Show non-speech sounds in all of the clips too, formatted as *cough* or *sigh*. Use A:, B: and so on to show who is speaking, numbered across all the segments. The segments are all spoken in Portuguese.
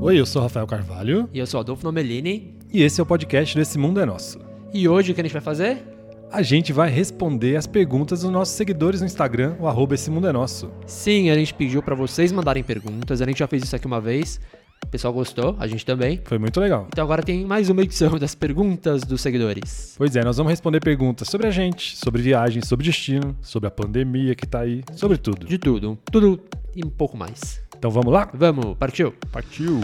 A: Oi, eu sou Rafael Carvalho
B: E eu sou Adolfo Nomelini.
A: e esse é o podcast Desse Mundo é Nosso.
B: E hoje o que a gente vai fazer?
A: A gente vai responder as perguntas dos nossos seguidores no Instagram, o arroba Esse Mundo é Nosso.
B: Sim, a gente pediu pra vocês mandarem perguntas. A gente já fez isso aqui uma vez. O pessoal gostou, a gente também.
A: Foi muito legal.
B: Então agora tem mais uma edição das perguntas dos seguidores.
A: Pois é, nós vamos responder perguntas sobre a gente, sobre viagem, sobre destino, sobre a pandemia que tá aí, sobre tudo.
B: De tudo, tudo e um pouco mais.
A: Então vamos lá?
B: Vamos, partiu?
A: Partiu!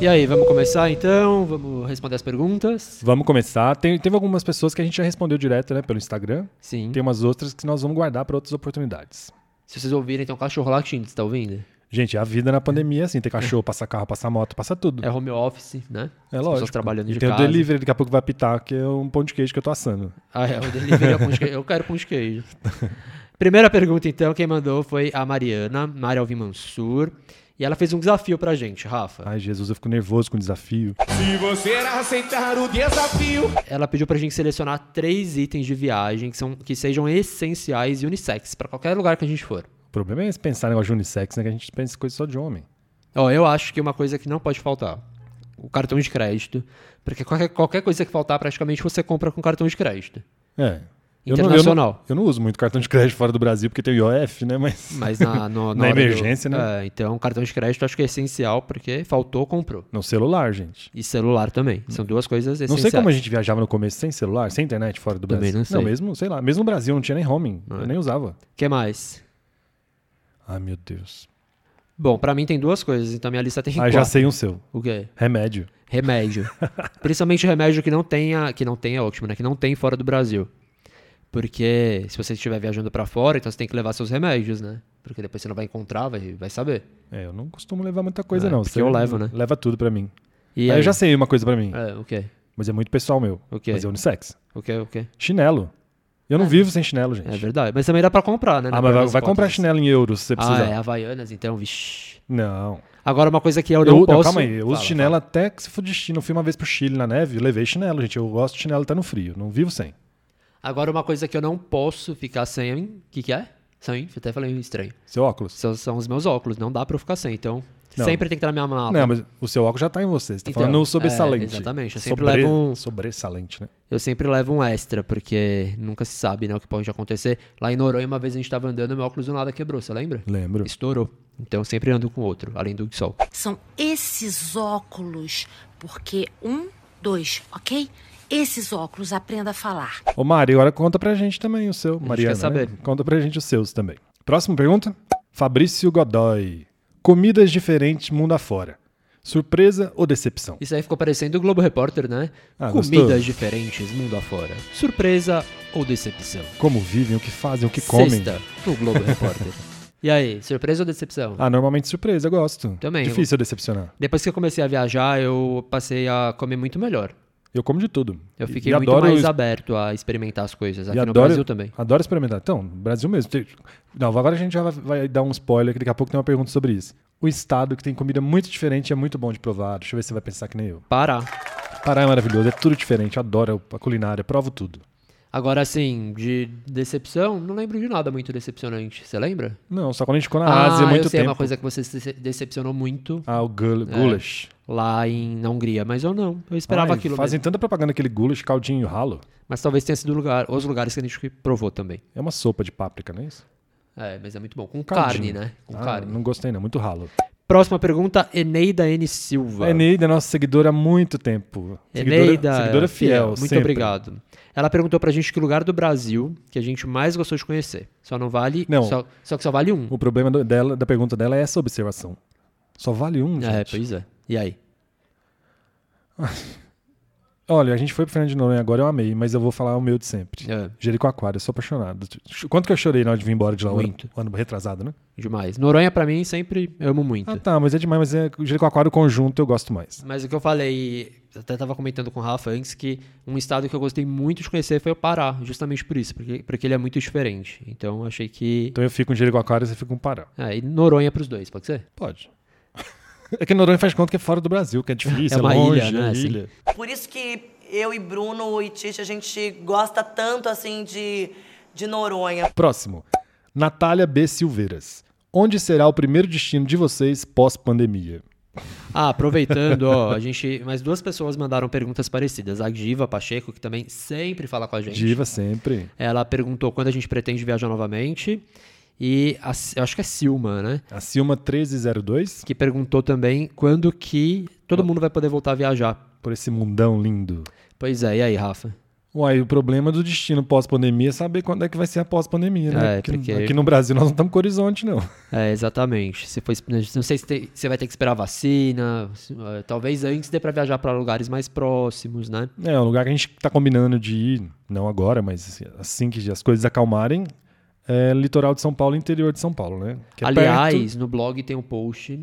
B: E aí, vamos começar então? Vamos responder as perguntas?
A: Vamos começar. Tem- teve algumas pessoas que a gente já respondeu direto, né, pelo Instagram.
B: Sim.
A: Tem umas outras que nós vamos guardar para outras oportunidades.
B: Se vocês ouvirem, tem um cachorro latindo, você tá ouvindo?
A: Gente, a vida na pandemia é assim, tem cachorro, passa carro, passa moto, passa tudo.
B: É home office, né?
A: É
B: As
A: lógico.
B: pessoas trabalhando
A: e
B: de
A: tem
B: casa.
A: o delivery, daqui a pouco vai apitar, que é um pão de queijo que eu tô assando.
B: Ah, é, o delivery é pão de queijo. Eu quero pão de queijo. Primeira pergunta, então, quem mandou foi a Mariana, Maria Alvim Mansur. E ela fez um desafio pra gente, Rafa.
A: Ai, Jesus, eu fico nervoso com o desafio.
C: Se você aceitar o desafio,
B: Ela pediu pra gente selecionar três itens de viagem que, são, que sejam essenciais e unissex pra qualquer lugar que a gente for.
A: O problema é esse pensar em negócio de unissex, né? Que a gente pensa em coisa só de homem.
B: Ó, eu acho que uma coisa que não pode faltar, o cartão de crédito. Porque qualquer, qualquer coisa que faltar, praticamente, você compra com cartão de crédito.
A: É. Eu não- Eu não,
B: Internacional.
A: eu não uso muito cartão de crédito fora do Brasil, porque tem o IOF, né? Mas *laughs*
B: Mas na, no-
A: Na
B: hora do-
A: emergência, né?
B: É, então, cartão de crédito eu acho que é essencial, porque faltou, comprou.
A: não celular, gente.
B: E celular também. São duas
A: Hum.
B: coisas
A: Não
B: essenciais.
A: sei como a gente viajava no começo sem celular, sem internet fora do
B: Também
A: Brasil.
B: não sei. é.
A: mesmo, sei lá. Mesmo no Brasil não tinha nem homem. Eu nem usava.
B: que mais?
A: Ai, meu Deus.
B: Bom, pra mim tem duas coisas, então minha lista tem
A: Ah,
B: quatro.
A: já sei um seu.
B: O quê?
A: Remédio. *laughs*
B: Remédio. Principalmente remédio que não tenha, que não tenha é ótimo, né? Que não tem fora do Brasil. Porque se você estiver viajando pra fora, então você tem que levar seus remédios, né? Porque depois você não vai encontrar, vai, vai saber.
A: É, eu não costumo levar muita coisa,
B: É,
A: não.
B: porque eu levo, né?
A: Leva tudo pra mim.
B: E
A: aí, Ah, eu já sei uma coisa pra mim,
B: É, o quê?
A: mas é muito pessoal meu.
B: O quê?
A: Mas é unissex.
B: O quê? O quê?
A: Chinelo. Eu não vivo sem chinelo,
B: É
A: gente.
B: verdade. Mas também dá pra comprar, né?
A: ah, mas
B: Na pior
A: vai,
B: das
A: vai comprar
B: hipóteses.
A: chinelo em euros se você
B: Ah,
A: precisar.
B: é, Havaianas, então, vixi.
A: Não.
B: Agora, uma coisa que eu
A: Eu,
B: não
A: não,
B: posso...
A: calma aí, eu uso
B: Fala,
A: chinelo até que se for destino. Eu fui uma vez pro Chile na neve, eu levei chinelo, gente. Eu gosto de chinelo até no frio. Não vivo sem.
B: Agora, uma coisa que eu não posso ficar sem. O que, que é? Sem? Eu até falei estranho.
A: Seu óculos.
B: São, são os meus óculos, não dá pra eu ficar sem. Então,
A: Não.
B: sempre tem que estar na minha mala.
A: não, mas o seu óculos já tá em você. Você tá
B: Ah, Então,
A: falando no sobressalente.
B: é, exatamente, eu sempre
A: Sobre-
B: levo um-
A: Sobressalente, né?
B: Eu sempre levo um extra, porque nunca se sabe né, o que pode acontecer. Lá em Noronha, uma vez a gente tava andando, meu óculos do nada quebrou, você lembra?
A: Lembro.
B: Estourou. Então, eu sempre ando com outro, além do de sol.
D: São esses óculos, porque um, dois, ok? Esses óculos, aprenda a falar.
A: Ô, Mari, agora conta pra gente também o seu, Mariana.
B: quer saber.
A: né? Conta pra gente os seus também. Próxima pergunta. Fabrício Godoy. Comidas diferentes mundo afora. Surpresa ou decepção?
B: Isso aí ficou parecendo o Globo Repórter, né?
A: Ah,
B: Comidas
A: gostou?
B: diferentes, mundo afora. Surpresa ou decepção?
A: Como vivem, o que fazem, o que comem?
B: Sexta, no Globo
A: *laughs*
B: Repórter. E aí, surpresa ou decepção?
A: Ah, normalmente surpresa, eu gosto.
B: Também, eu-
A: Difícil eu decepcionar.
B: Depois que eu comecei a viajar, eu passei a comer muito melhor.
A: Eu como de tudo.
B: Eu
A: E-
B: fiquei
A: e
B: muito
A: adoro
B: mais
A: es-
B: aberto a experimentar as coisas.
A: e
B: Aqui no
A: adoro-
B: Brasil também.
A: Adoro experimentar. Então, no Brasil mesmo. Tem- Não, agora a gente já vai- vai dar um spoiler, que daqui a pouco tem uma pergunta sobre isso. O estado que tem comida muito diferente é muito bom de provar. Deixa eu ver se você vai pensar que nem eu.
B: Pará.
A: Pará é maravilhoso, é tudo diferente. Eu adoro a culinária, provo tudo.
B: Agora, assim, de decepção, não lembro de nada muito decepcionante. Você lembra?
A: Não, só quando a gente ficou na Ásia
B: ah,
A: muito
B: eu sei, é
A: tempo.
B: uma coisa É, que você se decepcionou muito
A: Ah, o gul goulash.
B: lá em, na Hungria. Mas eu não. Eu esperava
A: Ai,
B: aquilo
A: Fazem
B: mesmo.
A: tanta propaganda aquele goulash, caldinho ralo.
B: Mas talvez tenha sido o lugar, os lugares que a gente provou também.
A: É uma sopa de páprica, não é isso?
B: É, mas é muito bom. Com
A: Caldinho.
B: carne, né? Com
A: Ah,
B: carne.
A: Não gostei não, muito ralo.
B: Próxima pergunta, Eneida N. Silva.
A: A Eneida é nossa seguidora há muito tempo. Seguidora,
B: Eneida, é
A: seguidora fiel,
B: Muito
A: sempre.
B: obrigado. Ela perguntou pra gente que lugar do Brasil que a gente mais gostou de conhecer. Só não vale.
A: Não.
B: Só, só que só vale um.
A: O problema do- dela, da pergunta dela é essa observação. Só vale um,
B: É,
A: gente.
B: pois é. E aí?
A: Olha, a gente foi pro Fernando de Noronha agora, eu amei, mas eu vou falar o meu de sempre.
B: É.
A: Jericoacoara, eu sou apaixonado. Ch- Quanto que eu chorei na hora de vir embora de lá? o ano-
B: Muito.
A: o ano retrasado, né?
B: Demais. Noronha, pra mim, sempre eu amo muito.
A: Ah, tá, mas é demais, mas é, Jericoacoara, o conjunto, eu gosto mais.
B: Mas o que eu falei, até tava comentando com o Rafa antes, que um estado que eu gostei muito de conhecer foi o Pará, justamente por isso, porque, porque ele é muito diferente. Então achei que.
A: Então eu fico com Jericoacoara e você fica com Pará.
B: É, e Noronha pros dois, pode ser?
A: Pode. *laughs* É que Noronha faz conta que é fora do Brasil, que é difícil, é,
B: *laughs* É uma
A: longe,
B: ilha, né,
A: é
B: assim.
A: ilha.
E: Por isso que eu e Bruno e Tite, a gente gosta tanto assim de, de Noronha.
A: Próximo. Natália B. Silveiras. Onde será o primeiro destino de vocês pós-pandemia?
B: Ah, aproveitando, ó, a gente. Mais duas pessoas mandaram perguntas parecidas. A Diva Pacheco, que também sempre fala com a gente.
A: Diva sempre.
B: Ela perguntou quando a gente pretende viajar novamente. E a Si- eu acho que é Silma, né?
A: A Silma 1302,
B: Que perguntou também quando que todo mundo vai poder voltar a viajar.
A: por esse mundão lindo.
B: Pois é, e aí, Rafa?
A: Uai, o problema do destino pós-pandemia é saber quando é que vai ser a pós-pandemia, né?
B: É,
A: Aqui-
B: porque-
A: Aqui no Brasil nós não estamos com horizonte, não.
B: É, exatamente. Você foi, né, não sei se te- você vai ter que esperar a vacina. se- eh, Talvez antes dê pra viajar pra lugares mais próximos, né?
A: É, um lugar que a gente tá combinando de ir, não agora, mas assim que as coisas acalmarem, é litoral de São Paulo e interior de São Paulo, né? Que é
B: Aliás,
A: perto.
B: no blog tem um post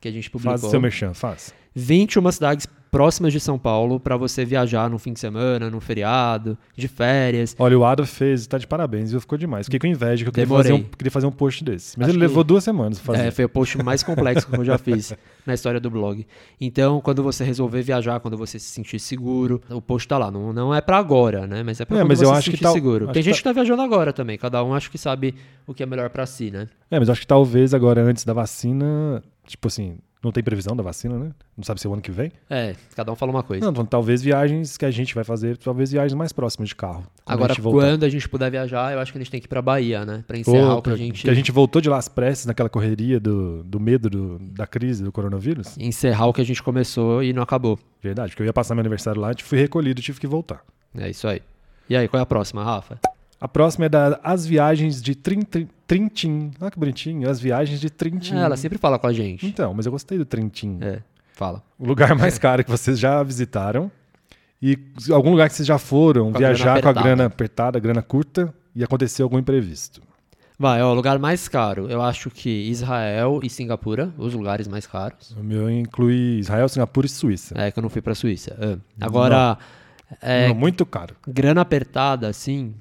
B: que a gente publicou.
A: faz seu merchan, faz.
B: 21 cidades próximas de São Paulo pra você viajar no fim de semana, no feriado, de férias.
A: Olha, o Ado fez, tá de parabéns, viu? Ficou demais. Fiquei com inveja que eu queria,
B: Demorei.
A: fazer um, queria fazer um post desse. Mas
B: Acho
A: ele
B: que-
A: levou duas semanas pra fazer.
B: É, foi o post mais complexo que eu já fiz *laughs* na história do blog. Então, quando você resolver viajar, quando você se sentir seguro, o post tá lá. Não, não é pra agora, né? Mas é pra
A: É,
B: quando
A: mas
B: você
A: eu
B: se
A: acho que
B: sentir
A: tal-
B: seguro.
A: acho
B: Tem
A: que
B: gente
A: tal-
B: que tá viajando agora também. Cada um acho que sabe o que é melhor pra si, né?
A: É, mas eu acho que talvez agora, antes da vacina, tipo assim, não tem previsão da vacina, né? Não sabe se é o ano que vem.
B: É, cada um fala uma coisa.
A: Não, então, talvez viagens que a gente vai fazer, talvez viagens mais próximas de carro. quando
B: agora,
A: a gente voltar.
B: quando a gente puder viajar, eu acho que a gente tem que ir pra Bahia, né? Pra
A: Ou
B: encerrar o que
A: pra-
B: a gente...
A: que a gente voltou de lá às pressas, naquela correria do, do medo do- da crise do coronavírus.
B: Encerrar o que a gente começou e não acabou.
A: Verdade, porque eu ia passar meu aniversário lá, fui recolhido e tive que voltar.
B: É isso aí. E aí, qual é a próxima, Rafa?
A: A próxima é da As Viagens de Trintin. Trintim. Olha que bonitinho. As Viagens de Trintim.
B: Ah, ela sempre fala com a gente.
A: Então, mas eu gostei do Trintim.
B: É, fala.
A: O lugar *laughs* mais caro que vocês já visitaram. E algum lugar que vocês já foram
B: Com a grana
A: viajar com a
B: apertada.
A: grana apertada, grana curta, e aconteceu algum imprevisto.
B: Vai, ó, o lugar mais caro. Eu acho que Israel e Singapura, os lugares mais caros.
A: O meu inclui Israel, Singapura e Suíça.
B: É que eu não fui pra Suíça. Ah, Agora, é,
A: Não, muito caro.
B: grana apertada, assim.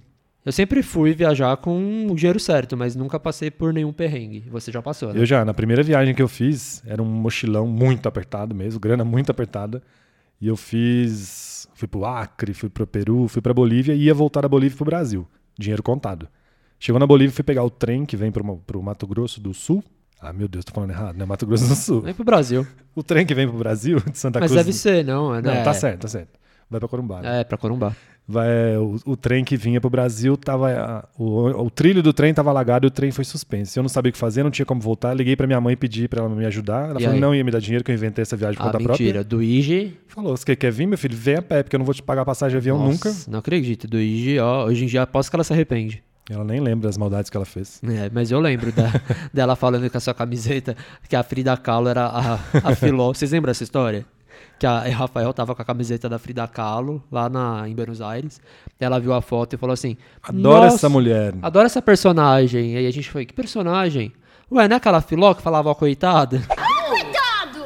B: Eu sempre fui viajar com o dinheiro certo, mas nunca passei por nenhum perrengue. Você já passou, né?
A: Eu já, na primeira viagem que eu fiz, era um mochilão muito apertado mesmo, grana muito apertada. E eu fiz. Fui pro Acre, fui pro Peru, fui pra Bolívia e ia voltar da Bolívia pro Brasil. Dinheiro contado. Chegou na Bolívia, fui pegar o trem que vem pro, Ma- pro Mato Grosso do Sul. Ah, meu Deus, tô falando errado, né? Mato Grosso do Sul.
B: Nem pro
A: *laughs*
B: Brasil.
A: O trem que vem pro Brasil, *laughs* de Santa
B: mas
A: Cruz.
B: deve ser, não? É,
A: Tá Não,
B: né?
A: tá certo, tá certo. Vai pra Corumbá. né?
B: É, pra Corumbá.
A: Vai, o, o trem que vinha pro Brasil tava. a- O, o trilho do trem tava alagado e o trem foi suspenso. Eu não sabia o que fazer, não tinha como voltar. Liguei pra minha mãe e pedi pra ela me ajudar. Ela
B: E
A: falou:
B: aí?
A: não ia me dar dinheiro, que eu inventei essa viagem por
B: Ah,
A: conta
B: mentira.
A: própria.
B: Do Ige.
A: Falou: você quer vir, meu filho? Vem a pé, porque eu não vou te pagar passagem de avião
B: Nossa,
A: nunca.
B: Não acredito. Do Ige, ó, hoje em dia aposto que ela se arrepende.
A: Ela nem lembra das maldades que ela fez.
B: É, mas eu lembro da- *laughs* dela falando com a sua camiseta que a Frida Kahlo era a, a Filó. Vocês lembram dessa história? Que a a Rafael tava com a camiseta da Frida Kahlo lá na, em Buenos Aires. Ela viu a foto e falou assim:
A: Adoro
B: "Nossa,
A: essa mulher.
B: Adoro essa personagem. E aí a gente foi: Que personagem? Ué, não é aquela Filó que falava, ó, coitada? *laughs* Coitado!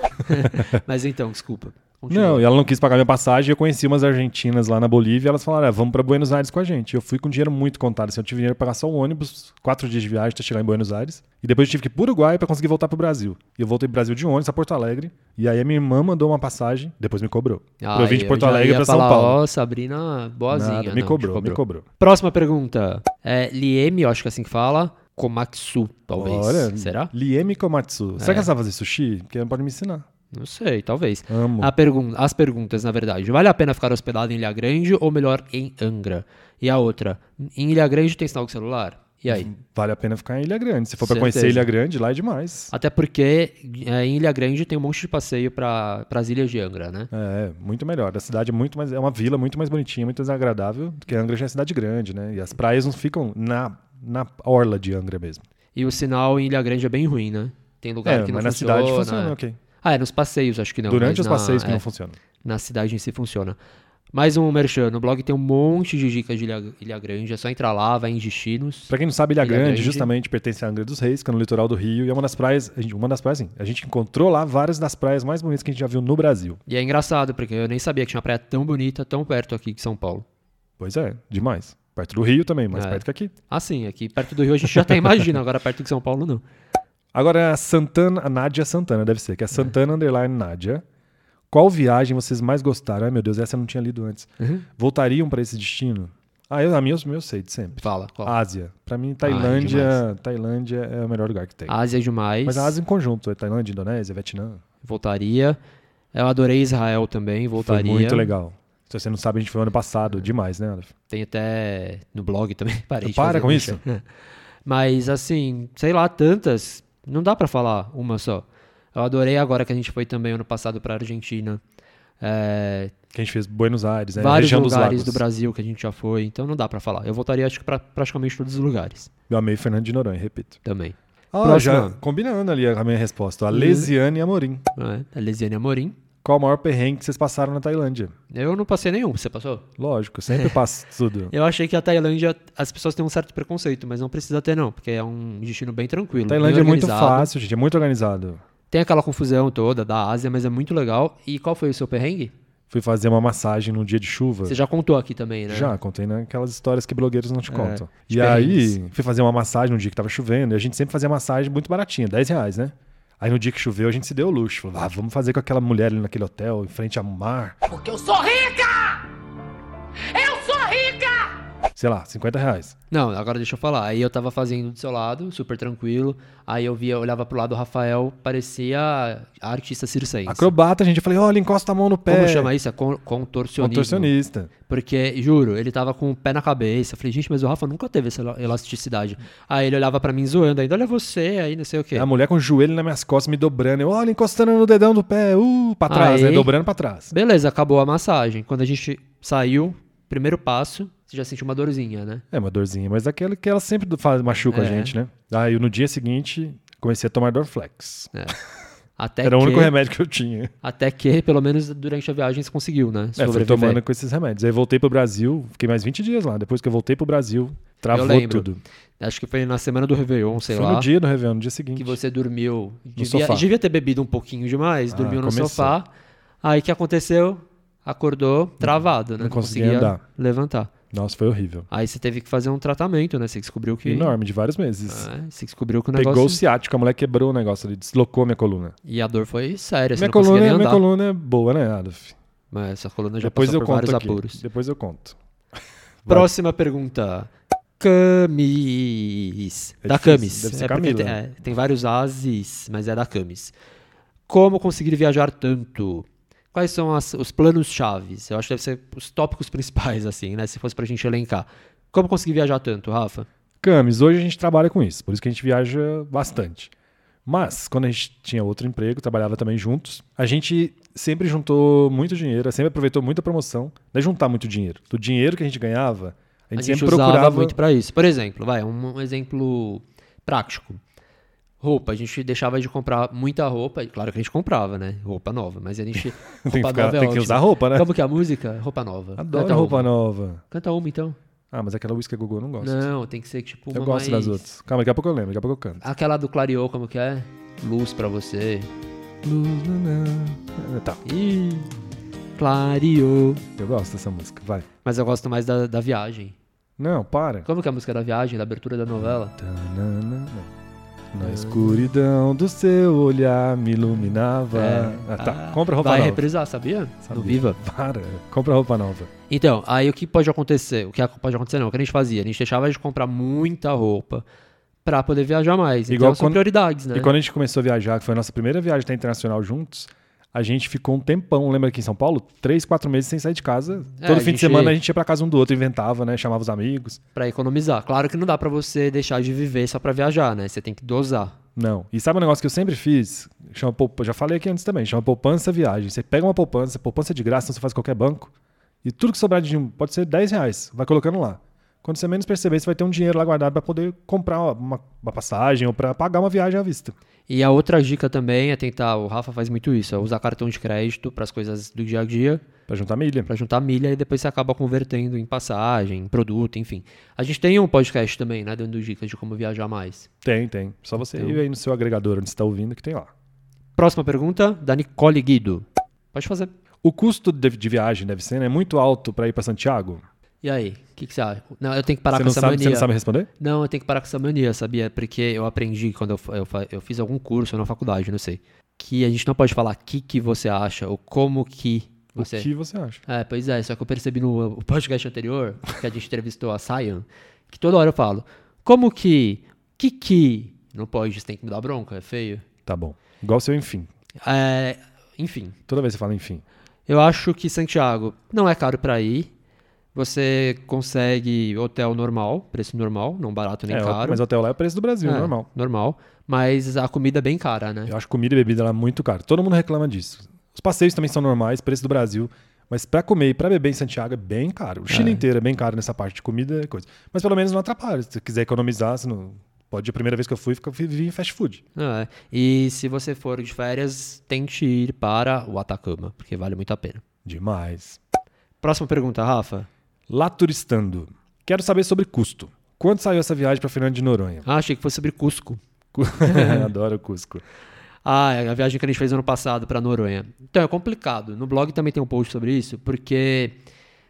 B: mas então, desculpa. Continua.
A: Não, e ela não quis pagar minha passagem. Eu conheci umas argentinas lá na Bolívia. Elas falaram: "Ah, vamos pra Buenos Aires com a gente. Eu fui com dinheiro muito contado. Assim, eu tive dinheiro pra pagar só um ônibus, quatro dias de viagem até chegar em Buenos Aires. E depois eu tive que ir pro Uruguai pra conseguir voltar pro Brasil. E eu voltei pro Brasil de ônibus a Porto Alegre. E aí a minha irmã mandou uma passagem, depois me cobrou.
B: Ah,
A: pra eu vir de
B: eu
A: Porto
B: já
A: Alegre
B: ia
A: pra São
B: falar,
A: Paulo.
B: Ó, Sabrina, boazinha.
A: Nada,
B: Não,
A: me
B: te
A: cobrou, me cobrou.
B: Próxima pergunta. É, Lieme, eu acho que é assim que fala. Komatsu, talvez.
A: Olha,
B: Será? É.
A: Liemi Komatsu. Será que ela sabe fazer sushi? Porque ela pode me ensinar.
B: Não sei, talvez.
A: Amo.
B: A pergun as perguntas, na verdade. Vale a pena ficar hospedado em Ilha Grande ou melhor em Angra? E a outra, em Ilha Grande tem sinal de celular? E aí?
A: Vale a pena ficar em Ilha Grande. Se for pra
B: Certeza.
A: conhecer Ilha Grande, lá é demais.
B: Até porque é, em Ilha Grande tem um monte de passeio para as ilhas de Angra, né?
A: É, muito melhor. A cidade é muito mais. É uma vila muito mais bonitinha, muito mais agradável, porque Angra já é cidade grande, né? E as praias não ficam na, na orla de Angra mesmo.
B: E o sinal em Ilha Grande é bem ruim, né? Tem lugar
A: é,
B: que não
A: mas na
B: funciona.
A: cidade funciona, ok.
B: Ah, é nos passeios, acho que não.
A: Durante
B: mas
A: os
B: na-
A: passeios que
B: é.
A: não funcionam.
B: na cidade em si funciona. Mais um merchan, no blog tem um monte de dicas de Ilha, Ilha Grande, é só entrar lá, vai em destinos.
A: Pra quem não sabe, Ilha,
B: Ilha
A: Grande,
B: Grande.
A: justamente pertence à Angra dos Reis, que é no litoral do Rio, e é uma das praias. a gente- Uma das praias, sim. A gente encontrou lá várias das praias mais bonitas que a gente já viu no Brasil.
B: E é engraçado, porque eu nem sabia que tinha uma praia tão bonita, tão perto aqui de São Paulo.
A: Pois é, demais. Perto do Rio também, mais
B: É.
A: perto que aqui.
B: Ah, sim, aqui perto do Rio a gente já até *laughs* imagina, agora perto de São Paulo não.
A: Agora, a Santana, a Nádia Santana, deve ser, que é Santana Underline Nádia.
B: Uhum.
A: Qual viagem vocês mais gostaram? Ai, meu Deus, essa eu não tinha lido antes. Voltariam pra esse destino? Ah, eu, a minha eu sei de sempre.
B: Fala, qual?
A: Ásia. Pra mim, Tailândia,
B: demais.
A: Tailândia é o melhor lugar que tem.
B: Ásia demais.
A: Mas a Ásia em conjunto, é Tailândia, Indonésia, Vietnã.
B: Voltaria. Eu adorei Israel também,
A: Foi
B: voltaria.
A: muito legal. Se você não sabe, a gente foi ano
B: É.
A: passado, demais, né, Aleph?
B: Tem até no blog também, *laughs* parei. de
A: Para
B: fazer
A: com
B: merchan. Mas assim, sei lá, tantas, não dá pra falar uma só. Eu adorei agora que a gente foi também ano passado pra Argentina. É,
A: Que a gente fez Buenos Aires, né?
B: vários
A: região dos
B: lugares
A: lagos.
B: do Brasil que a gente já foi, então não dá pra falar. Eu voltaria acho que pra praticamente todos os lugares
A: Eu amei Fernando de Noronha, repito.
B: também.
A: Ah,
B: Próxima. Uhum.
A: já combinando ali a minha resposta. A Lesiane Amorim.
B: É, a Lesiane Amorim.
A: Qual o maior perrengue que vocês passaram na Tailândia?
B: Eu não passei nenhum, você passou?
A: Lógico, eu
B: *laughs*
A: sempre passo tudo.
B: Eu achei que a Tailândia, as pessoas têm um certo preconceito, mas não precisa ter não, porque é um destino bem tranquilo. bem
A: Tailândia é muito
B: organizado.
A: fácil, gente. É muito organizado.
B: Tem aquela confusão toda da Ásia, mas é muito legal. E qual foi o seu perrengue?
A: Fui fazer uma massagem num dia de chuva.
B: Você já contou aqui também, né? É,
A: Já, contei naquelas histórias que blogueiros não te contam.
B: de
A: E
B: perrengues.
A: aí, fui fazer uma massagem num dia que tava chovendo, e a gente sempre fazia massagem muito baratinha, 10 reais, né? Aí no dia que choveu, a gente se deu o luxo. Falou, ah, vamos fazer com aquela mulher ali naquele hotel, em frente ao mar.
C: Porque eu sou rica! Eu sou rica!
A: Sei lá, 50 reais.
B: Não, agora deixa eu falar. Aí eu tava fazendo do seu lado, super tranquilo. Aí eu via, olhava pro lado do Rafael, parecia a artista circense.
A: Acrobata, gente. Eu falei, olha, encosta a mão no pé.
B: Como chama isso? É con- contorcionismo.
A: Contorcionista.
B: Porque, juro, ele tava com o pé na cabeça. Eu Falei, gente, mas o Rafa nunca teve essa ela- elasticidade. Aí ele olhava pra mim zoando ainda, olha você aí, não sei o quê.
A: A mulher com o joelho nas minhas costas me dobrando. Eu, olha, encostando no dedão do pé. Uh, pra trás,
B: Aí.
A: né? Dobrando pra trás.
B: Beleza, acabou a massagem. Quando a gente saiu, primeiro passo, você já sentiu uma dorzinha, né?
A: É uma dorzinha, mas aquela que ela sempre do- faz, machuca a
B: É.
A: gente, né? Aí no dia seguinte, comecei a tomar Dorflex.
B: Até
A: Era o
B: É que...
A: único remédio que eu tinha.
B: Até que, pelo menos durante a viagem, você conseguiu, né?
A: É, fui
B: Sobreviver.
A: tomando com esses remédios. Aí voltei pro Brasil, fiquei mais 20 dias lá. Depois que eu voltei pro Brasil,
B: Eu
A: travou
B: lembro.
A: tudo.
B: Acho que foi na semana do Réveillon, sei
A: Foi
B: lá.
A: no dia do Réveillon, no dia seguinte.
B: Que você dormiu. Devia,
A: sofá.
B: devia ter bebido um pouquinho demais,
A: Ah,
B: dormiu no
A: começou.
B: sofá. Aí o que aconteceu? Acordou travado, né?
A: não conseguia andar.
B: levantar.
A: Nossa, foi horrível.
B: Aí você teve que fazer um tratamento, né? Você descobriu que.
A: Enorme, de vários meses.
B: É, você descobriu que o negócio.
A: Pegou o ciático, a mulher quebrou o negócio ali, deslocou minha coluna.
B: E a dor foi séria, você
A: Minha
B: não conseguia nem
A: coluna,
B: andar.
A: minha coluna é boa, né, Adolf?
B: Mas essa coluna já
A: Depois
B: passou
A: eu
B: por
A: conto
B: vários
A: aqui.
B: apuros.
A: Depois eu conto.
B: Próxima pergunta. Camis.
A: É
B: da
A: difícil,
B: Camis.
A: deve ser
B: é porque
A: Camila.
B: tem, é, tem vários ases, mas é da Camis. Como conseguir viajar tanto? Quais são as- os planos chaves? Eu acho que deve ser os tópicos *laughs* principais, assim, né? Se fosse pra gente elencar. Como conseguir viajar tanto, Rafa?
A: Camis, hoje a gente trabalha com isso, por isso que a gente viaja bastante. Mas, quando a gente tinha outro emprego, trabalhava também juntos, a gente sempre juntou muito dinheiro, sempre aproveitou muita promoção, né, juntar muito dinheiro. Do dinheiro que a gente ganhava, a gente,
B: A gente
A: sempre
B: usava
A: procurava.
B: muito pra isso. Por exemplo, vai, um, um exemplo prático. Roupa, a gente deixava de comprar muita roupa, e claro que a gente comprava, né? Roupa nova, mas
A: *laughs*
B: a gente.
A: Tem
B: roupa
A: que ficar-
B: nova é
A: tem que
B: ótima.
A: usar roupa, né?
B: Como que é a música? Roupa nova.
A: Adoro
B: Canta
A: roupa
B: uma.
A: nova.
B: Canta uma então.
A: Ah, mas aquela whisky Google eu não gosto.
B: Não, tem que ser tipo uma
A: eu gosto
B: mais-
A: das outras. Calma, daqui a pouco eu lembro, daqui a pouco eu canto.
B: Aquela do Clareou, como que é? Luz pra você.
A: Lulana. Tá,
B: Ih, clareou.
A: eu gosto dessa música, vai.
B: Mas eu gosto mais da, da viagem.
A: Não, para.
B: Como que é a música da viagem, da abertura da novela?
A: Tanana. Na escuridão do seu olhar me iluminava.
B: É.
A: Ah, tá. Compra roupa
B: Vai
A: nova.
B: reprisar, sabia? No
A: Sabia.
B: Viva.
A: Para, compra roupa nova.
B: Então, aí o que pode acontecer? O que ac- pode acontecer não, o que a gente fazia? A gente deixava de comprar muita roupa pra poder viajar mais.
A: Igual
B: então são
A: quando-
B: prioridades, né?
A: E quando a gente começou a viajar, que foi a nossa primeira viagem até internacional juntos, a gente ficou um tempão, lembra aqui em São Paulo? Três, quatro meses sem sair de casa.
B: É, a
A: Todo fim
B: gente-
A: de semana a gente ia pra casa um do outro, inventava, né? Chamava os amigos.
B: Pra economizar. Claro que não dá pra você deixar de viver só pra viajar, né? Você tem que dosar.
A: Não. E sabe um negócio que eu sempre fiz? Chama poupa- Já falei aqui antes também, chama poupança viagem. Você pega uma poupança, poupança é de graça, então você faz qualquer banco. E tudo que sobrar de dinheiro, pode ser 10 reais, vai colocando lá. Quando você menos perceber, você vai ter um dinheiro lá guardado para poder comprar uma, uma passagem ou para pagar uma viagem à vista.
B: E a outra dica também é tentar, o Rafa faz muito isso, é usar cartão de crédito para as coisas do dia a dia,
A: Para juntar milha.
B: para juntar milha e depois você acaba convertendo em passagem, em produto, enfim. A gente tem um podcast também, né, dando dicas de como viajar mais.
A: Tem, tem. Só você ir aí no seu agregador onde você está ouvindo que tem lá.
B: Próxima pergunta, da Nicole Guido. Pode fazer.
A: O custo de, de viagem deve ser né, muito alto para ir para Santiago.
B: E aí, o que, que você acha? Não, eu tenho que parar
A: você,
B: Tá com
A: não
B: essa
A: sabe,
B: mania.
A: você não sabe responder?
B: Não, eu tenho que parar com essa mania, sabia? Porque eu aprendi quando eu, fa- eu, fa- eu fiz algum curso na faculdade, não sei. Que a gente não pode falar o que, que você acha ou como que Você.
A: O que você acha?
B: É, pois é, só que eu percebi no o podcast anterior, que a gente entrevistou a Sayan, que toda hora eu falo, como que, que que, não pode, isso tem que me dar bronca, é feio.
A: Tá bom. Igual o seu enfim.
B: É, enfim,
A: Toda vez que você fala enfim.
B: eu acho que Santiago não é caro pra ir, você consegue hotel normal, preço normal, não barato nem
A: É,
B: caro.
A: Mas hotel lá é o preço do Brasil,
B: É,
A: normal.
B: Normal, mas a comida é bem cara, né?
A: Eu acho comida e bebida lá muito caro. Todo mundo reclama disso. Os passeios também são normais, preço do Brasil. Mas pra comer e pra beber em Santiago é bem caro. O Chile inteiro é bem caro nessa parte de comida e coisa. Mas pelo menos não atrapalha. Se você quiser economizar, você não... pode. A primeira vez que eu fui, fica- vivi em fast food.
B: É, E se você for de férias, tente ir para o Atacama, porque vale muito a pena.
A: Demais.
B: Próxima pergunta, Rafa.
A: Lá turistando. Quero saber sobre custo. Quanto saiu essa viagem pra Fernando de Noronha?
B: Ah, achei que fosse sobre Cusco.
A: Cu- *laughs* Adoro Cusco.
B: Ah, é a viagem que a gente fez ano passado pra Noronha. Então, é complicado. No blog também tem um post sobre isso, porque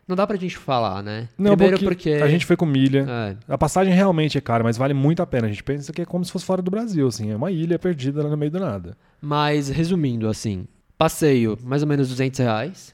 B: não dá pra gente falar, né? Primeiro porque...
A: a gente foi com milha.
B: É.
A: A passagem realmente é cara, mas vale muito a pena. A gente pensa que é como se fosse fora do Brasil, assim. É uma ilha perdida lá no meio do nada.
B: Mas, resumindo, assim, passeio, mais ou menos 200 reais,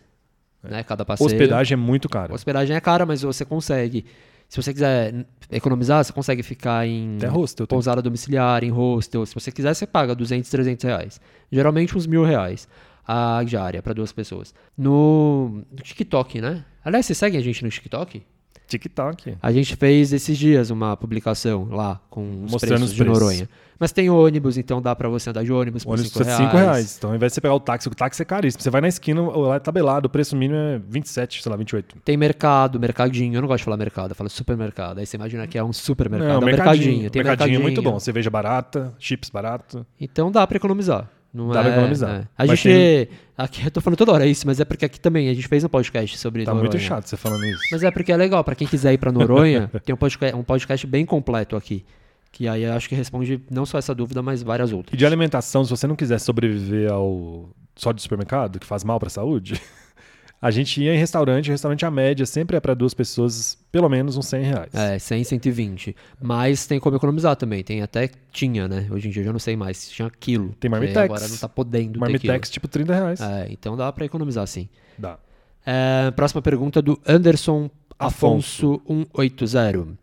B: né, cada passeio.
A: Hospedagem é muito cara.
B: Hospedagem é cara, mas você consegue. Se você quiser n- economizar, você consegue ficar em
A: Até hostel tem.
B: pousada domiciliar, em hostel. Se você quiser, você paga 200, 300 reais. Geralmente uns mil reais a diária para duas pessoas. No TikTok, né? Aliás, vocês seguem a gente no TikTok?
A: TikTok.
B: A gente fez esses dias uma publicação lá com os
A: Mostrando
B: preços
A: os
B: de
A: preços.
B: Noronha. Mas tem ônibus, então dá para você andar de ônibus
A: O
B: por
A: ônibus
B: 5
A: custa
B: reais.
A: 5 reais. Então, ao invés de você pegar o táxi, o táxi é caríssimo. Você vai na esquina, lá é tabelado, o preço mínimo é 27, sei lá, 28.
B: Tem mercado, mercadinho. Eu não gosto de falar mercado, eu falo supermercado. Aí você imagina que é um supermercado. é um Tem
A: mercadinho é muito bom. Cerveja barata, chips barato.
B: Então dá pra economizar. Não
A: Dá
B: é,
A: pra economizar.
B: é. A
A: Mas
B: gente.
A: tem-
B: Aqui eu tô falando toda hora isso, mas é porque aqui também a gente fez um podcast sobre
A: Tá
B: Noronha.
A: muito chato você falando isso.
B: Mas é porque é legal, pra quem quiser ir pra Noronha,
A: *laughs*
B: tem um podcast, um podcast bem completo aqui. Que aí eu acho que responde não só essa dúvida, mas várias outras.
A: E de alimentação, se você não quiser sobreviver ao só de supermercado, que faz mal pra saúde, *laughs* a gente ia em restaurante, e restaurante a média sempre é pra duas pessoas, pelo menos uns 100 reais.
B: É, 100, 120. Mas tem como economizar também. Tem até. Tinha, né? Hoje em dia eu já não sei mais. Tinha quilo.
A: Tem
B: porque
A: marmitex.
B: Agora não tá podendo. ter quilo.
A: Marmitex, tipo 30 reais.
B: É, então dá pra economizar sim.
A: Dá.
B: É, próxima pergunta do Anderson Afonso 180.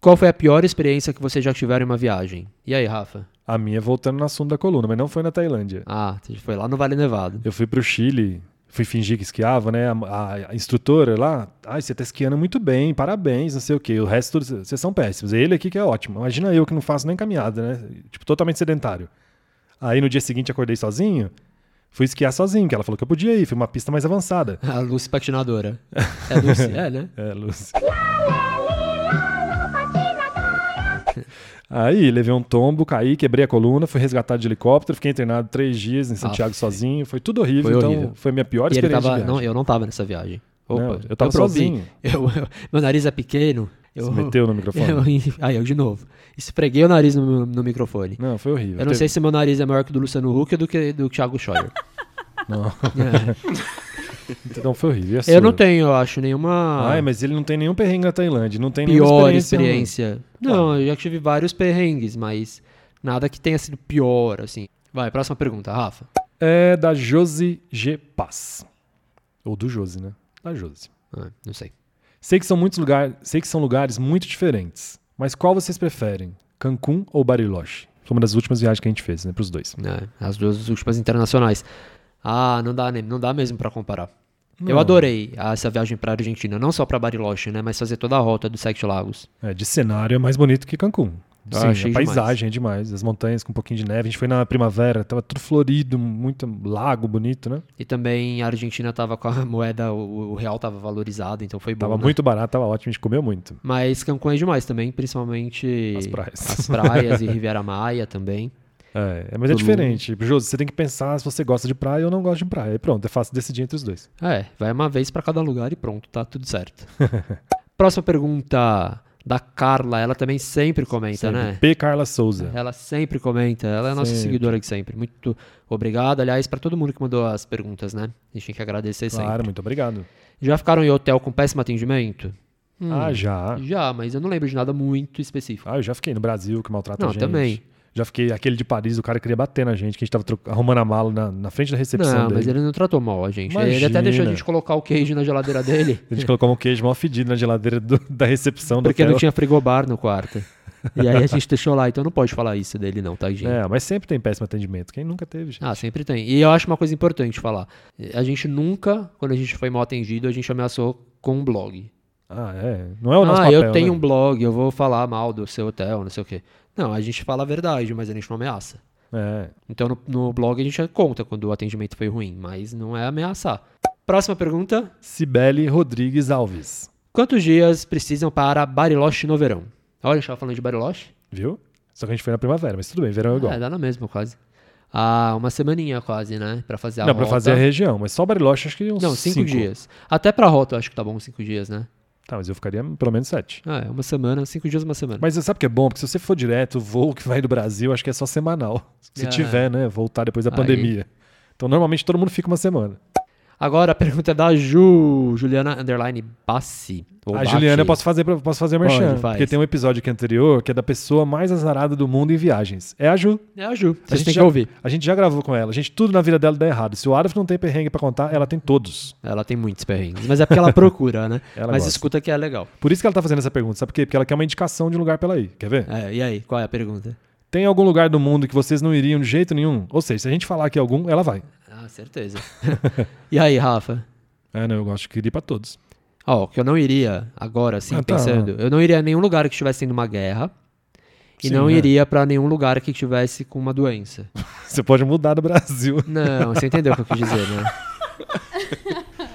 B: Qual foi a pior experiência que vocês já tiveram em uma viagem? E aí, Rafa?
A: A minha voltando no assunto da coluna, mas não foi na Tailândia.
B: Ah, você foi lá no Vale Nevado. *laughs*
A: Eu fui pro Chile, fui fingir que esquiava, né? A, a- a instrutora lá, ai, você tá esquiando muito bem, parabéns, não sei o quê. O resto, tudo, vocês são péssimos. Ele aqui que é ótimo. Imagina eu que não faço nem caminhada, né? Tipo, totalmente sedentário. Aí no dia seguinte acordei sozinho, fui esquiar sozinho, que ela falou que eu podia ir, foi uma pista mais
B: *laughs*
A: avançada.
B: A Lucy patinadora. É a Lucy, é, né?
A: É, Lúcia. Aí, levei um tombo, caí, quebrei a coluna, fui resgatado de helicóptero, fiquei internado três dias em Santiago sozinho, foi tudo horrível,
B: Foi
A: então
B: horrível.
A: foi a minha pior
B: E ele
A: experiência.
B: tava,
A: de viagem.
B: não, eu não tava nessa viagem. Opa,
A: Não, eu tava
B: provi-
A: sozinho.
B: *laughs* eu- eu- meu nariz é pequeno. Eu,
A: Você meteu no microfone?
B: *laughs* Eu, aí eu de novo. Esfreguei o nariz no, no microfone.
A: Não, foi horrível.
B: Eu não sei se meu nariz é maior que o do Luciano Huck ou do que do Thiago Scheuer. *laughs*
A: Então foi horrível. é
B: Eu não
A: surdo.
B: tenho, eu acho, nenhuma.
A: Ai, mas ele não tem nenhum perrengue na Tailândia, não tem nenhuma
B: pior
A: experiência.
B: experiência. Não, eu já tive vários perrengues, mas nada que tenha sido pior, assim. Vai, próxima pergunta, Rafa.
A: É da Josi G. Paz. Ou do Josi, né? Da Josi.
B: Ah, não sei.
A: Sei que são muitos lugares, sei que são lugares muito diferentes, mas qual vocês preferem? Cancún ou Bariloche? Foi uma das últimas viagens que a gente fez, né, pros dois.
B: É, as duas últimas internacionais. Ah, não dá, nem- não dá mesmo pra comparar. Eu adorei a- essa viagem pra Argentina, não só pra Bariloche, né, mas fazer toda a rota dos Sete Lagos.
A: É, de cenário é mais bonito que Cancún.
B: Ah,
A: Sim,
B: achei
A: a paisagem é demais, as montanhas com um pouquinho de neve. A gente foi na primavera, tava tudo florido, muito lago bonito, né?
B: E também a Argentina tava com a *laughs* moeda, o, o real tava valorizado, então foi bom.
A: Tava
B: né?
A: muito barato, tava ótimo, a gente comeu muito.
B: Mas Cancún é demais também, principalmente
A: As praias.
B: as praias e Riviera Maia também.
A: É, mas é diferente. Josi, você tem que pensar se você gosta de praia ou não gosta de praia. Aí pronto, é fácil decidir entre os dois.
B: É, vai uma vez pra cada lugar e pronto, tá tudo certo. *laughs* Próxima pergunta da Carla, ela também sempre comenta, né?
A: P. Carla Souza.
B: Ela sempre comenta, ela é a nossa
A: Sempre.
B: seguidora de sempre. Muito obrigado, aliás, pra todo mundo que mandou as perguntas, né? A gente tem que agradecer
A: Claro,
B: sempre.
A: muito obrigado.
B: Já ficaram em hotel com péssimo atendimento? Hum,
A: Ah, já.
B: Já, mas eu não lembro de nada muito específico.
A: Ah, eu já fiquei no Brasil que maltrata a
B: não,
A: gente.
B: também.
A: Já fiquei aquele de Paris, o cara queria bater na gente, que a gente tava tro- arrumando a mala na, na frente da recepção
B: Não,
A: dele.
B: mas ele não tratou mal a gente. Ele até
A: Imagina.
B: deixou a gente colocar o queijo na
A: *laughs*
B: geladeira dele.
A: A gente colocou um queijo mal fedido na geladeira do- *laughs* da recepção
B: Porque
A: do
B: não
A: hotel.
B: tinha frigobar no quarto. E aí a gente deixou lá, então não pode falar isso dele não, tá, tadinho.
A: É, mas sempre tem péssimo atendimento. Quem nunca teve, gente?
B: Ah, sempre tem. E eu acho uma coisa importante falar. A gente nunca, quando a gente foi mal atendido, a gente ameaçou com um blog.
A: Ah, é. Não é o nosso
B: ah,
A: papel,
B: eu tenho
A: né?
B: um blog, eu vou falar mal do seu hotel, não sei o quê. Não, a gente fala a verdade, mas a gente não ameaça.
A: É.
B: Então no, no blog a gente conta quando o atendimento foi ruim, mas não é ameaçar. Próxima pergunta.
A: Cibele Rodrigues Alves.
B: Quantos dias precisam para Bariloche no verão? Olha, a gente tava falando de Bariloche.
A: Viu? Só que a gente foi na primavera, mas tudo bem, verão é igual.
B: É, dá na mesma quase. Ah, uma semaninha quase, né? Pra fazer a
A: não, pra
B: rota.
A: fazer a região, mas só Bariloche acho que uns
B: Não, cinco, dias. Até pra rota eu acho que tá bom cinco dias, né?
A: Tá, mas eu ficaria pelo menos sete.
B: Ah, é uma semana, cinco dias, uma semana.
A: Mas você sabe o que é bom? Porque se você for direto, o voo que vai do Brasil, acho que é só semanal. Se
B: É.
A: tiver, né? Voltar depois da
B: Aí.
A: pandemia. Então, normalmente, todo mundo fica uma semana.
B: Agora a pergunta é da Ju, Juliana Underline Bassi. ou
A: a
B: Bacci.
A: Juliana, eu posso fazer, pra- posso fazer a
B: Pode,
A: merchan.
B: faz.
A: Porque tem um episódio aqui anterior que é da pessoa mais azarada do mundo em viagens. É a Ju.
B: É a Ju,
A: A
B: vocês
A: gente
B: têm
A: já-
B: que ouvir.
A: A gente já gravou com ela. A gente, tudo na vida dela dá errado. Se o Arif não tem perrengue pra contar, ela tem todos.
B: Ela tem muitos perrengues, mas é
A: *laughs*
B: porque ela procura, né?
A: Ela
B: mas
A: gosta.
B: escuta que é legal.
A: Por isso que ela tá fazendo essa pergunta, sabe por quê? Porque ela quer uma indicação de um lugar pra ela ir. Quer ver?
B: É, e aí, qual é a pergunta?
A: Tem algum lugar do mundo que vocês não iriam de jeito nenhum? Ou seja, se a gente falar aqui algum, ela vai.
B: Ah, certeza. *laughs* e aí, Rafa?
A: Ah, não, eu gosto de ir pra todos. *laughs*
B: Ó, que eu não iria agora, assim,
A: Ah, tá.
B: pensando. Eu não iria a nenhum lugar que estivesse tendo uma guerra. E
A: Sim,
B: não
A: né?
B: iria pra nenhum lugar que estivesse com uma doença.
A: Você pode mudar do Brasil.
B: Não, você entendeu o que eu quis dizer, né?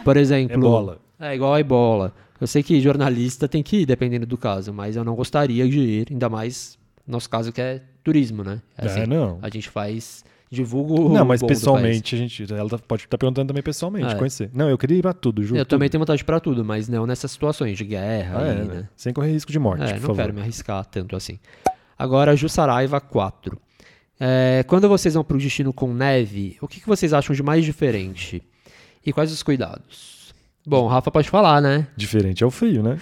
B: Por exemplo.
A: Ebola.
B: É igual a ebola. Eu sei que jornalista tem que ir, dependendo do caso, mas eu não gostaria de ir, ainda mais nosso caso que é turismo, né?
A: É, não.
B: A gente faz. Divulga *laughs* o.
A: não, mas
B: bom do
A: pessoalmente, a gente, ela tá- pode estar perguntando também pessoalmente,
B: É.
A: conhecer. Não, eu queria ir pra tudo,
B: país.
A: juro.
B: Eu também tenho vontade pra tudo, mas não nessas situações de guerra.
A: ah,
B: aí,
A: é,
B: né?
A: né? Sem correr risco de morte,
B: É,
A: por
B: não
A: favor.
B: quero me arriscar tanto assim. Agora, Jussaraiva 4. É, quando vocês vão para o destino com neve, o que, que vocês acham de mais diferente? E quais os cuidados? Bom, o Rafa pode falar, né?
A: Diferente é o frio,
B: *laughs*
A: né?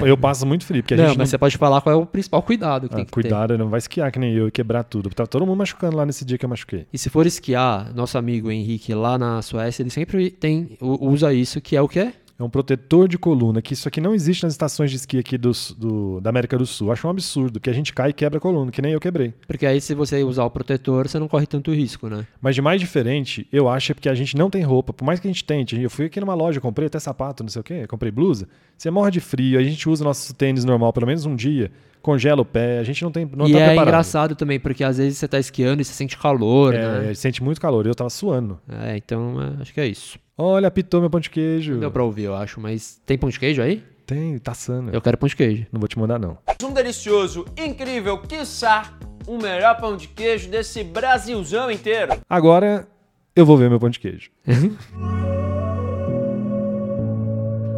A: eu, eu passo muito frio, porque a
B: não, mas
A: gente não,
B: você pode falar qual é o principal cuidado que
A: Ah,
B: tem que ter.
A: cuidado, não vai esquiar que nem eu e quebrar tudo. Tá todo mundo machucando lá nesse dia que eu machuquei.
B: E se for esquiar, nosso amigo Henrique lá na Suécia, ele sempre tem, u- usa isso, que é o quê?
A: É um protetor de coluna, que isso aqui não existe nas estações de esqui aqui do, su- do- da América do Sul. Acho um absurdo, que a gente cai e quebra a coluna, que nem eu quebrei.
B: Porque aí se você usar o protetor, você não corre tanto risco, né?
A: Mas de mais diferente, eu acho é porque a gente não tem roupa. Por mais que a gente tente, eu fui aqui numa loja, comprei até sapato, não sei o quê, comprei blusa. Você morre de frio, a gente usa nosso tênis normal pelo menos um dia, congela o pé, a gente não tem não
B: e
A: tá
B: é
A: preparado.
B: engraçado também, porque às vezes você tá esquiando e você sente calor,
A: É,
B: né?
A: sente muito calor, eu tava suando.
B: É, então é, acho que é isso.
A: Olha, apitou meu pão de queijo.
B: Deu pra ouvir, eu acho, mas tem pão de queijo aí?
A: Tem, tá assando.
B: Eu quero pão de queijo.
A: Não vou te mandar não.
F: Um delicioso, incrível, quiçá, o melhor pão de queijo desse Brasilzão inteiro.
A: Agora eu vou ver meu pão de queijo.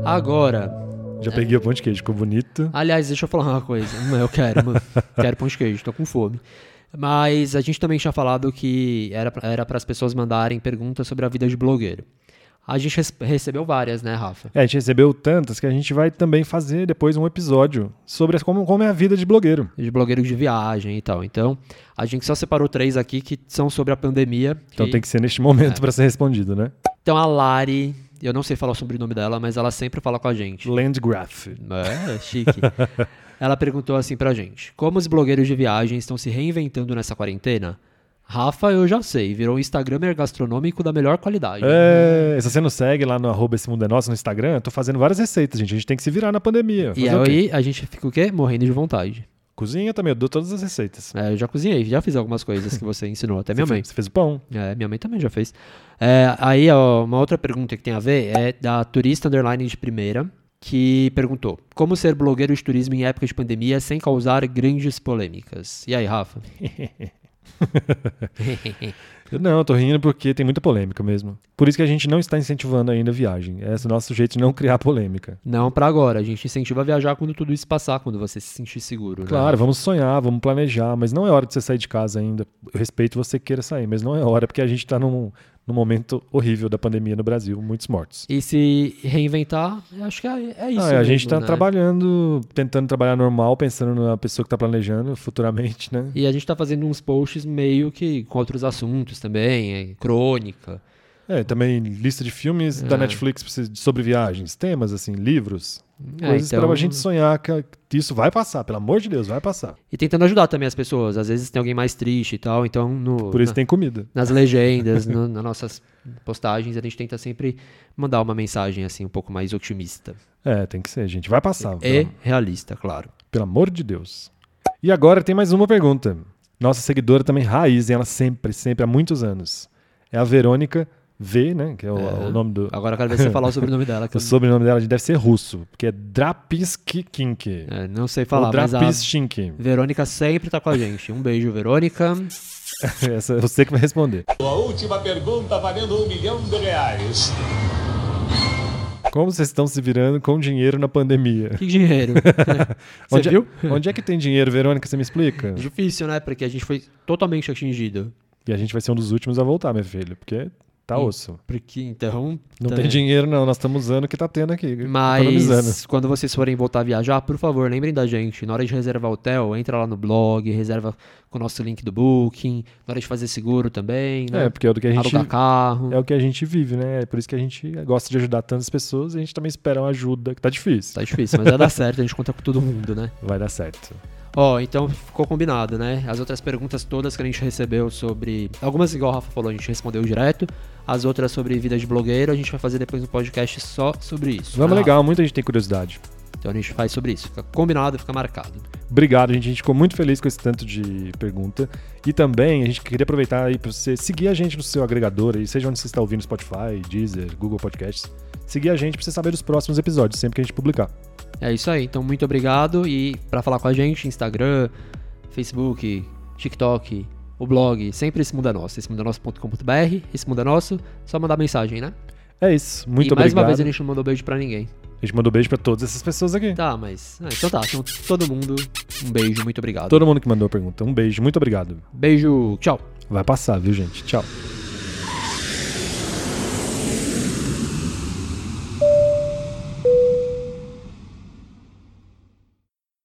B: Agora,
A: Já
B: É.
A: peguei o pão de queijo, ficou bonito.
B: aliás, deixa eu falar uma coisa. Hum, Eu quero,
A: *laughs*
B: mano. quero pão de queijo, tô com fome. Mas a gente também tinha falado que era pra- era para as pessoas mandarem perguntas sobre a vida de blogueiro. A gente res- recebeu várias, né, Rafa?
A: É, a gente recebeu tantas que a gente vai também fazer depois um episódio sobre as- como, como é a vida de blogueiro.
B: De blogueiro de viagem e tal. Então, a gente só separou três aqui que são sobre a pandemia.
A: Então tem que ser neste
B: É.
A: momento pra ser respondido, né?
B: Então a Lari, eu não sei falar o sobrenome dela, mas ela sempre fala com a gente.
A: Landgraf.
B: É, chique. *laughs* Ela perguntou assim pra gente: Como os blogueiros de viagem estão se reinventando nessa quarentena? Rafa, eu já sei, virou um Instagramer gastronômico da melhor qualidade.
A: É,
B: Uhum.
A: se você não segue lá no arroba esse mundo é nosso no Instagram, eu tô fazendo várias receitas, gente. A gente tem que se virar na pandemia.
B: E
A: Fazer o quê?
B: aí a gente fica o quê? Morrendo de vontade.
A: Cozinha também, eu dou todas as receitas.
B: É, eu já cozinhei, já fiz algumas coisas que você ensinou, até
A: *laughs*
B: minha
A: Você
B: mãe.
A: fez- Você fez o pão.
B: É, minha mãe também já fez. É, aí, ó, uma outra pergunta que tem a ver é da turista underline de primeira, que perguntou: Como ser blogueiro de turismo em época de pandemia sem causar grandes polêmicas? E aí, Rafa?
A: Eu Não, eu tô rindo porque tem muita polêmica mesmo. Por isso que a gente não está incentivando ainda a viagem. Esse é o nosso jeito de não criar polêmica.
B: Não pra agora. A gente incentiva a viajar quando tudo isso passar, quando você se sentir seguro. né?
A: Claro, vamos sonhar, vamos planejar, mas não é hora de você sair de casa ainda. Eu respeito você queira sair, mas não é hora, porque a gente tá num, no momento horrível da pandemia no Brasil, muitos mortos.
B: E se reinventar, eu acho que é, é isso.
A: Não, é, a gente
B: mesmo,
A: está
B: né?
A: trabalhando, tentando trabalhar normal, pensando na pessoa que está planejando futuramente, né?
B: E a gente tá fazendo uns posts meio que com outros assuntos também, é, crônica.
A: É, também lista de filmes da Netflix precisa de- sobre viagens, temas, assim, livros.
B: É,
A: coisas
B: então-
A: pra gente sonhar que que isso vai passar, pelo amor de Deus, vai passar.
B: E tentando ajudar também as pessoas. Às vezes tem alguém mais triste e tal, então no,
A: Por isso
B: na-
A: tem comida.
B: nas legendas, no- nas nossas postagens, a gente tenta sempre mandar uma mensagem assim um pouco mais otimista.
A: É, tem que ser, gente. Vai passar.
B: E
A: Pelo,
B: realista, claro.
A: pelo amor de Deus. E agora tem mais uma pergunta. Nossa seguidora também raiz, e ela sempre, sempre, há muitos anos. É a Verônica V, né? Que é o, o nome do.
B: Agora eu quero ver você falar o sobrenome dela. Que
A: O
B: eu
A: sobrenome dela deve ser russo, porque é Drapiskink.
B: é, não sei
A: Ou
B: falar, mas a
A: Drapischink.
B: *laughs* Verônica sempre tá com a gente. Um beijo, Verônica.
A: Essa é você que vai responder.
G: A última pergunta valendo um milhão de reais.
A: Como vocês estão se virando com dinheiro na pandemia? *laughs*
B: Que dinheiro. Você
A: Onde é-
B: viu?
A: onde é que tem dinheiro, Verônica? Você me explica?
B: Difícil, né? Porque a gente foi totalmente atingido.
A: E a gente vai ser um dos últimos a voltar, meu filho, porque tá osso.
B: Porque então.
A: Não
B: tá-
A: tem dinheiro, não. Nós estamos usando o que tá tendo aqui. economizando.
B: Mas quando vocês forem voltar a viajar, por favor, lembrem da gente. Na hora de reservar hotel, entra lá no blog, reserva com o nosso link do Booking. Na hora de fazer seguro também, né?
A: É, porque é o que a gente.
B: Alugar carro.
A: É o que a gente vive, né? É por isso que a gente gosta de ajudar tantas pessoas e a gente também espera uma ajuda, que tá difícil.
B: Tá difícil, mas vai dar certo, a gente conta com todo mundo, né?
A: Vai dar certo.
B: Ó, então ficou combinado, né? As outras perguntas todas que a gente recebeu sobre. Algumas, igual o Rafa falou, a gente respondeu direto. As outras sobre vida de blogueiro, a gente vai fazer depois um podcast só sobre isso.
A: Vamos
B: né, Rafa?
A: é legal, muita gente tem curiosidade.
B: Então a gente faz sobre isso. Fica combinado, fica marcado.
A: Obrigado, gente. A gente ficou muito feliz com esse tanto de pergunta. E também a gente queria aproveitar aí para você seguir a gente no seu agregador aí, seja onde você está ouvindo, Spotify, Deezer, Google Podcasts. Seguir a gente para você saber dos próximos episódios, sempre que a gente publicar.
B: É isso aí, então muito obrigado. E pra falar com a gente, Instagram, Facebook, TikTok, o blog, sempre esse mundo é nosso. Esse mundo é nosso.com.br, esse mundo é nosso. Só mandar mensagem, né?
A: É isso. Muito
B: e mais
A: obrigado.
B: uma vez a gente não mandou beijo pra ninguém.
A: A gente mandou beijo para todas essas pessoas aqui.
B: Tá, mas. ah, então tá, então todo mundo, um beijo, muito obrigado.
A: Todo mundo que mandou a pergunta. Um beijo, muito obrigado.
B: Beijo, tchau.
A: Vai passar, viu, gente? Tchau.